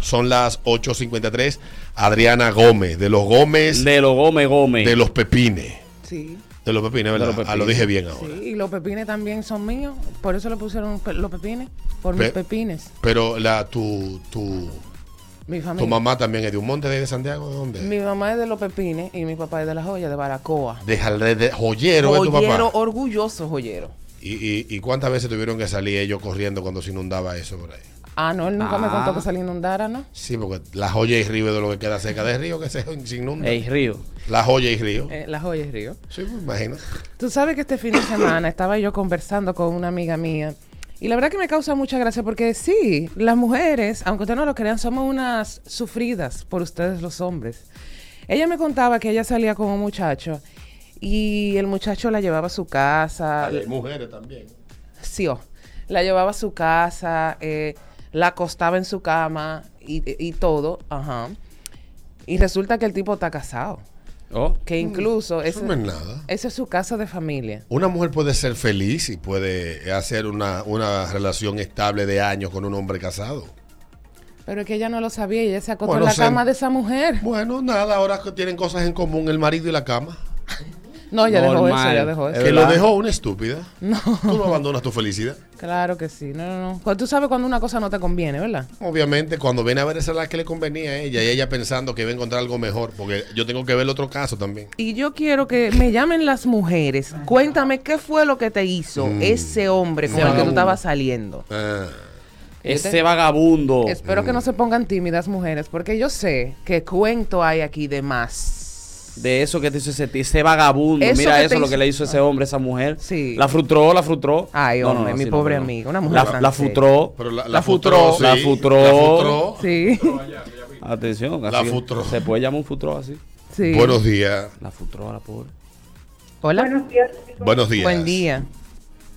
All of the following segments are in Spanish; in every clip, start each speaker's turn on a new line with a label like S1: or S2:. S1: Son las 8.53. Adriana Gómez, de los Gómez,
S2: De los Gómez Gómez.
S1: de los Pepines.
S3: Sí.
S1: De los Pepines, ¿verdad?
S2: De los
S1: Ah, lo
S2: Pepines.
S1: dije bien
S3: sí.
S1: ahora.
S3: Y los pepines también son míos. Por eso le pusieron pe- los pepines. Por mis
S1: Pe-
S3: pepines.
S1: Pero la, tu, tu,
S3: Mi familia.
S1: tu mamá también es de un monte de Santiago, ¿de dónde?
S3: Mi mamá es de los pepines y mi papá es de la joya, de Baracoa.
S1: De, jale- de joyero, es tu
S3: Joyero,
S1: papá.
S3: orgulloso joyero.
S1: ¿Y, y, y cuántas veces tuvieron que salir ellos corriendo cuando se inundaba eso por ahí?
S3: Ah, no, él nunca me
S2: Ah.
S3: contó que se le inundara, ¿no?
S1: Sí, porque la joya y río es de lo que queda cerca del río que se se inunda.
S2: Ey, Río.
S1: La joya y río.
S3: Eh, la joya es río.
S1: Sí, pues imagino.
S3: Tú sabes que este fin de semana estaba yo conversando con una amiga mía y la verdad que me causa mucha gracia porque sí, las mujeres, aunque ustedes no lo crean, somos unas sufridas por ustedes los hombres. Ella me contaba que ella salía con un muchacho y el muchacho la llevaba a su casa,
S1: Hay mujeres también.
S3: sí, oh, la llevaba a su casa, eh, la acostaba en su cama y, y todo, ajá. Y resulta que el tipo está casado,
S2: Oh.
S3: que incluso
S1: Eso
S3: ese-
S1: no es nada.
S3: esa es su casa de familia.
S1: Una mujer puede ser feliz y puede hacer una, una relación estable de años con un hombre casado.
S3: Pero es que ella no lo sabía y ella se acostó
S1: Bueno,
S3: en la
S1: se-
S3: cama de esa mujer.
S1: Bueno, nada, ahora que tienen cosas en común el marido y la cama.
S3: No, ya dejó eso,
S2: Normal.
S3: ya dejó eso.
S1: Que lo
S2: verdad.
S1: dejó una estúpida. No. Tú no abandonas tu felicidad.
S3: Claro que sí, no, no, no. Cuando tú sabes cuando una cosa no te conviene, ¿verdad?
S1: Obviamente, cuando viene a ver esa es la que le convenía a ella y ella pensando que va a encontrar algo mejor, porque yo tengo que ver el otro caso también.
S3: Y yo quiero que me llamen las mujeres. Cuéntame qué fue lo que te hizo
S1: Mm.
S3: ese hombre con
S2: Ese
S3: el que tú
S2: vagabundo.
S3: estabas saliendo.
S1: Ah,
S2: Ese
S1: Oh.
S2: vagabundo.
S3: Espero que no se pongan tímidas mujeres, porque yo sé que cuento hay aquí de más.
S2: De eso que te hizo ese, ti- ese vagabundo.
S3: Eso
S2: Mira
S3: que
S2: eso,
S3: te
S2: lo
S3: hizo-
S2: que le hizo ese hombre, esa mujer.
S3: Sí.
S2: La frustró, la frustró.
S3: Ay, hombre, mi
S2: así
S3: pobre
S2: no.
S3: amiga, una mujer
S2: La,
S3: francesa.
S2: la frustró.
S1: pero la, la,
S2: frustró.
S1: sí,
S2: la
S1: la
S2: frustró.
S1: frustró.
S3: Sí,
S2: Atención.
S1: La
S2: así-
S1: frustró.
S2: Se puede llamar un frustró así.
S3: sí.
S1: Buenos días.
S2: La frustró a la pobre.
S3: Hola.
S4: Buenos días. chicos.
S1: Buenos días.
S3: Buen día.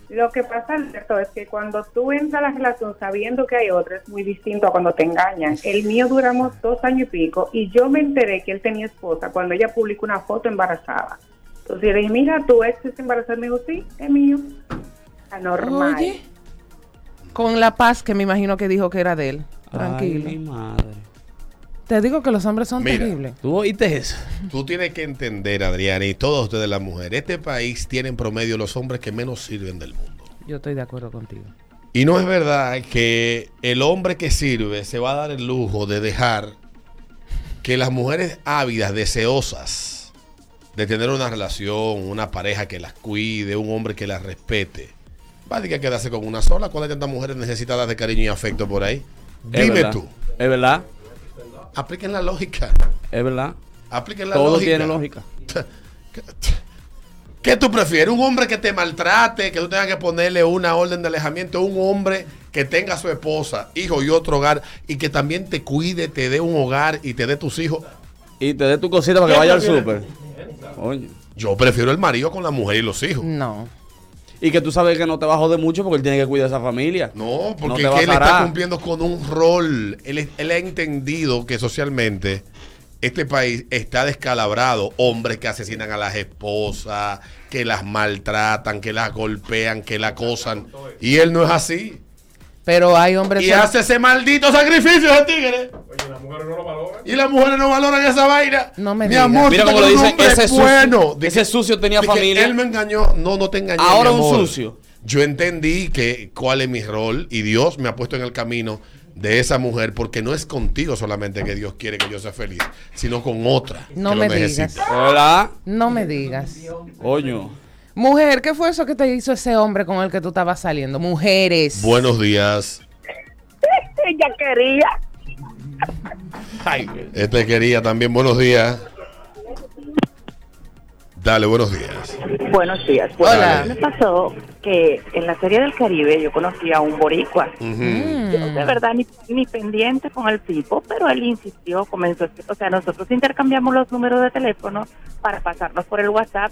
S4: Lo que pasa, Alberto, es que cuando tú entras a la relación sabiendo que hay otra, es muy distinto a cuando te engañan. El mío duramos dos años y pico y yo me enteré que él tenía esposa cuando ella publicó una foto embarazada. Entonces le dije, mira, tu ex es embarazada. Me dijo, sí, es mío. Anormal.
S3: Oye. Con la paz que me imagino que dijo que era de él. Tranquilo.
S2: Ay, mi madre.
S3: Te digo que los hombres son
S1: Mira.
S3: terribles.
S2: ¿Tú oíste eso?
S1: Tú tienes que entender, Adriana, y todas ustedes las mujeres, este país tiene en promedio los hombres que menos sirven del mundo.
S3: Yo estoy de acuerdo contigo.
S1: Y no es verdad que el hombre que sirve se va a dar el lujo de dejar que las mujeres ávidas, deseosas de tener una relación, una pareja que las cuide, un hombre que las respete, va a tener que quedarse con una sola cuando hay tantas mujeres necesitadas de cariño y afecto por ahí.
S2: Es
S1: Dime
S2: verdad.
S1: tú,
S2: Es verdad.
S1: apliquen la lógica.
S2: Es verdad.
S1: Apliquen la
S2: Todo
S1: lógica.
S2: tiene lógica.
S1: ¿Qué- ¿Qué tú prefieres? ¿Un hombre que te maltrate, que tú tengas que ponerle una orden de alejamiento? ¿Un hombre que tenga su esposa, hijo y otro hogar y que también te cuide, te dé un hogar y te dé tus hijos?
S2: Y te dé tu cosita para que
S1: ¿Qué
S2: vaya al súper.
S1: prefieres?
S2: Coño.
S1: Yo prefiero el marido con la mujer y los hijos.
S3: No.
S2: Y que tú sabes que no te va a joder mucho porque él tiene que cuidar a esa familia.
S1: No,
S2: No
S1: porque
S2: te
S1: es
S2: va
S1: que
S2: a
S1: él está
S2: zarar.
S1: cumpliendo con un rol. Él, es- él ha entendido que socialmente este país está descalabrado. Hombres que asesinan a las esposas, que las maltratan, que las golpean, que la acosan. Y él no es así.
S3: Pero hay hombres.
S1: Y
S3: que-
S1: hace ese maldito sacrificio de tigre. Y las mujeres no lo valoran. Y las mujeres no valoran esa vaina.
S3: No me
S1: Mi
S3: digas.
S1: amor,
S2: Mira
S1: tú
S2: cómo
S1: te
S2: le
S1: crees un
S2: dicen,
S1: hombre
S2: ese sucio-
S1: bueno. De
S2: ese sucio tenía
S1: de que
S2: familia.
S1: Él me engañó. No, no te engañé.
S2: Ahora
S1: mi
S2: un
S1: amor.
S2: sucio.
S1: Yo entendí que cuál es mi rol y Dios me ha puesto en el camino de esa mujer porque no es contigo solamente que Dios quiere que yo sea feliz, sino con otra.
S3: No
S1: que lo
S3: me
S1: necesita.
S3: digas.
S2: ¿Verdad?
S3: No me digas.
S2: Coño.
S3: Mujer, ¿qué fue eso que te hizo ese hombre con el que tú estabas saliendo? Mujeres.
S1: Buenos días.
S4: Ella quería.
S1: Este quería también. Buenos días. Dale, buenos días.
S5: Buenos días.
S4: Pues,
S5: Bueno,
S3: Hola.
S5: a mí me pasó que en la Serie del Caribe yo conocí a un boricua.
S1: Ujú.
S5: Yo, de verdad, ni, ni pendiente con el tipo, pero él insistió, comenzó. O sea, nosotros intercambiamos los números de teléfono para pasarnos por el WhatsApp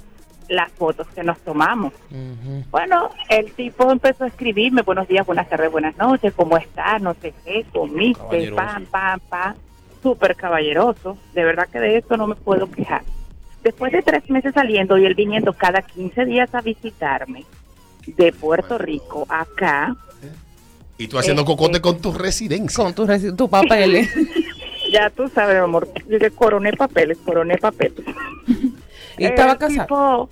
S5: las fotos que nos tomamos.
S3: Ujú.
S5: Bueno, el tipo empezó a escribirme, buenos días, buenas tardes, buenas noches, ¿cómo estás? No sé qué, comiste,
S2: Caballeroso.
S5: pam, pam, pam. Súper caballeroso, de verdad que de esto no me puedo quejar. Después de tres meses saliendo y él viniendo cada 15 días a visitarme de Puerto Rico acá,
S1: Y tú haciendo
S5: Eh,
S1: cocote
S5: eh.
S1: con tu residencia.
S3: Con tu, resi- tu papel.
S5: Ya tú sabes, mi amor, le coroné papeles, coroné papeles.
S3: y estaba
S5: El
S3: casado.
S5: tipo,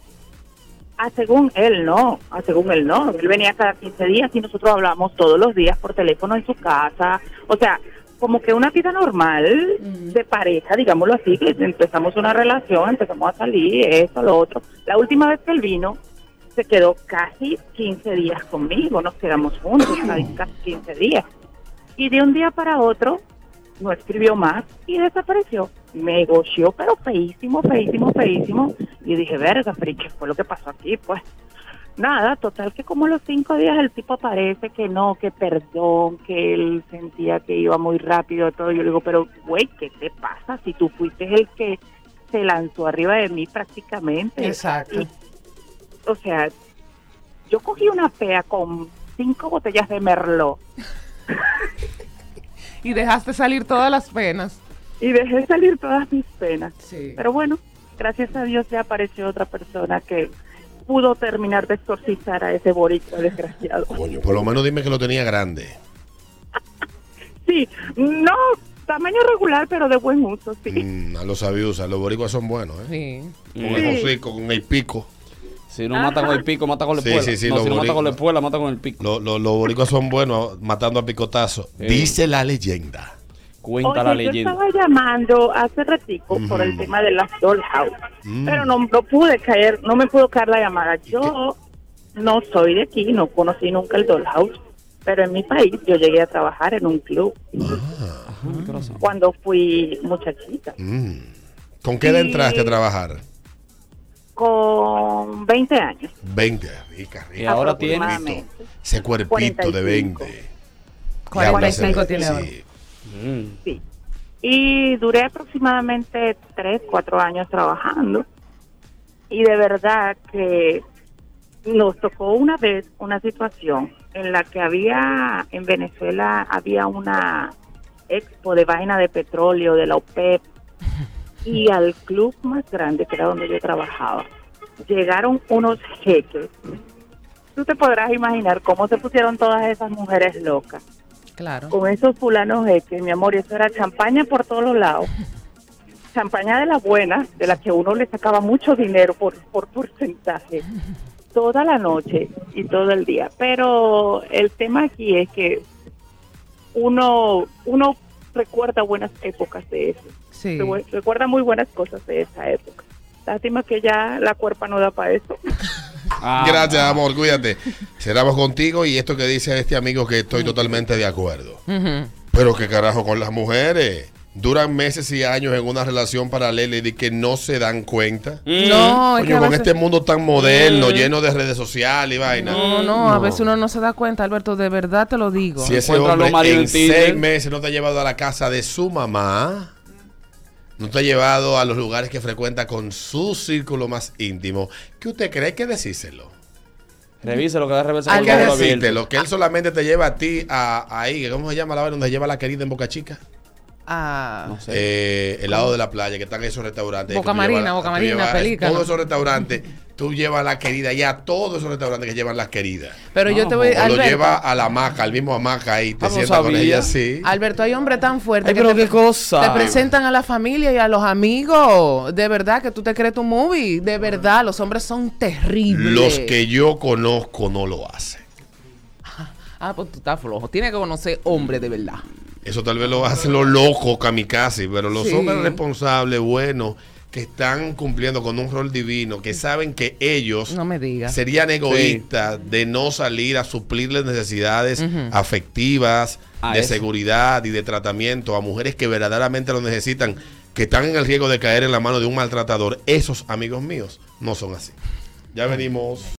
S5: ah, según él, no. ah, según él, no. Él venía cada 15 días y nosotros hablábamos todos los días por teléfono en su casa. O sea, como que una vida normal de pareja, digámoslo así, que empezamos una relación, empezamos a salir, esto, lo otro. La última vez que él vino, se quedó casi 15 días conmigo. Nos quedamos juntos casi casi 15 días. Y de un día para otro, no escribió más y desapareció. Negoció, pero feísimo, feísimo, feísimo. Y dije, verga, pero ¿y qué fue lo que pasó aquí? Pues nada, total que como a los cinco días el tipo aparece que no, que perdón, que él sentía que iba muy rápido, todo. Yo le digo, pero güey, ¿qué te pasa? Si tú fuiste el que se lanzó arriba de mí prácticamente.
S3: Exacto.
S5: Y, o sea, yo cogí una pea con cinco botellas de merlot
S3: Y dejaste salir todas las penas.
S5: y dejé salir todas mis penas.
S3: Sí.
S5: Pero bueno, gracias a Dios ya apareció otra persona que pudo terminar de exorcizar a ese boricua desgraciado.
S1: Coño, por lo menos dime que lo tenía grande.
S5: Sí, no, tamaño regular, pero de buen uso, sí.
S1: Mm, a los aviusa, los boricuas son buenos, ¿eh?
S3: Sí.
S1: Con
S2: Mm.
S1: el hocico, con el pico.
S2: Si no mata con el pico, mata con la
S1: Sí,
S2: espuela.
S1: sí, sí,
S2: no,
S1: los
S2: si no mata
S1: boricuas.
S2: con la espuela, mata con el pico.
S1: Lo- lo- los boricuas son buenos matando a picotazo.
S2: Sí.
S1: Dice la leyenda.
S2: Cuenta
S5: Oye,
S2: la
S5: yo
S2: leyenda.
S5: estaba llamando hace ratico por el
S1: Ujú.
S5: tema de las dollhouse,
S1: Mm.
S5: pero no, no pude caer, no me pudo caer la llamada. Yo no soy de aquí, no conocí nunca el dollhouse, pero en mi país yo llegué a trabajar en un club
S2: Ajá, mi corazón.
S5: cuando fui muchachita,
S1: Mm. ¿Con qué edad
S5: Sí.
S1: entraste a trabajar?
S5: con 20 años.
S1: 20. Rica,
S2: Y
S1: rica.
S2: ahora tiene.
S5: Aproximadamente.
S1: Ese cuerpito de
S5: 45.
S1: 20.
S3: 45 tiene ahora.
S1: Sí.
S2: Mm.
S5: Sí. Y duré aproximadamente tres, cuatro años trabajando. Y de verdad que nos tocó una vez una situación en la que había, en Venezuela, había una expo de vaina de petróleo de la OPEP y al club más grande, que era donde yo trabajaba, llegaron unos jeques. Tú te podrás imaginar cómo se pusieron todas esas mujeres locas
S3: Claro.
S5: con esos fulanos que mi amor, y eso era champaña por todos los lados. Champaña de la buena, de la que uno le sacaba mucho dinero por, por porcentaje, toda la noche y todo el día. Pero el tema aquí es que uno, uno recuerda buenas épocas de eso,
S3: Sí.
S5: Recu- recuerda muy buenas cosas de esa época. Lástima que ya la cuerpa no da para eso.
S2: Ah,
S1: Gracias, amor, cuídate. Cerramos contigo y esto que dice este amigo que estoy totalmente de acuerdo.
S3: Ujú.
S1: Pero qué carajo con las mujeres. Duran meses y años en una relación paralela y de que no se dan cuenta.
S2: Mm.
S3: No, es que
S1: Coño,
S3: a
S1: con
S3: veces-
S1: este mundo tan moderno,
S2: Mm.
S1: lleno de redes sociales y vaina.
S3: No, no, a veces uno no se da cuenta, Alberto, de verdad te lo digo.
S1: Si ese
S2: Encuentra a los
S1: hombre
S2: maridos
S1: en
S2: en Tinder.
S1: seis meses no te ha llevado a la casa de su mamá, no te ha llevado a los lugares que frecuenta con su círculo más íntimo, ¿qué usted cree que decíselo?
S2: Revisa lo que da reversa
S3: Hay
S2: con
S1: Hay
S2: el
S1: que
S2: gorro
S1: decirte
S2: abierto.
S1: lo que él solamente te lleva a ti a, ahí, ¿cómo se llama la vaina donde lleva la querida en Boca Chica?
S3: Ah,
S2: No sé.
S1: Eh, el lado de la playa, que están esos restaurantes.
S3: Boca
S1: Que tú llevas
S3: Marina,
S1: la-
S3: Boca
S1: tú
S3: Marina,
S1: llevas-
S3: Pelícano.
S1: Todos esos restaurantes, tú llevas la querida y a todos esos restaurantes que llevan las queridas.
S3: pero yo
S2: No,
S3: te voy
S1: O lo
S3: Alberto,
S1: lleva a la hamaca, al mismo hamaca ahí, te
S2: Ah, no
S1: sientas con
S2: sabía.
S1: ella, sí.
S3: Alberto, hay hombres tan fuertes
S2: Ay, pero
S3: te,
S2: qué cosa.
S3: te presentan a la familia y a los amigos. De verdad que tú te crees tu movie. De verdad, los hombres son terribles.
S1: Los que yo conozco no lo hacen.
S3: Ah, pues tú estás flojo. Tienes que conocer hombres de verdad.
S1: Eso tal vez lo hacen los locos, kamikaze, pero los
S3: Sí.
S1: hombres responsables, buenos, que están cumpliendo con un rol divino, que saben que ellos
S3: No me digas.
S1: serían egoístas de no salir a suplir las necesidades
S3: Ujú.
S1: afectivas,
S2: Ah,
S1: de
S2: eso.
S1: seguridad y de tratamiento a mujeres que verdaderamente lo necesitan, que están en el riesgo de caer en la mano de un maltratador. Esos amigos míos no son así. Ya venimos.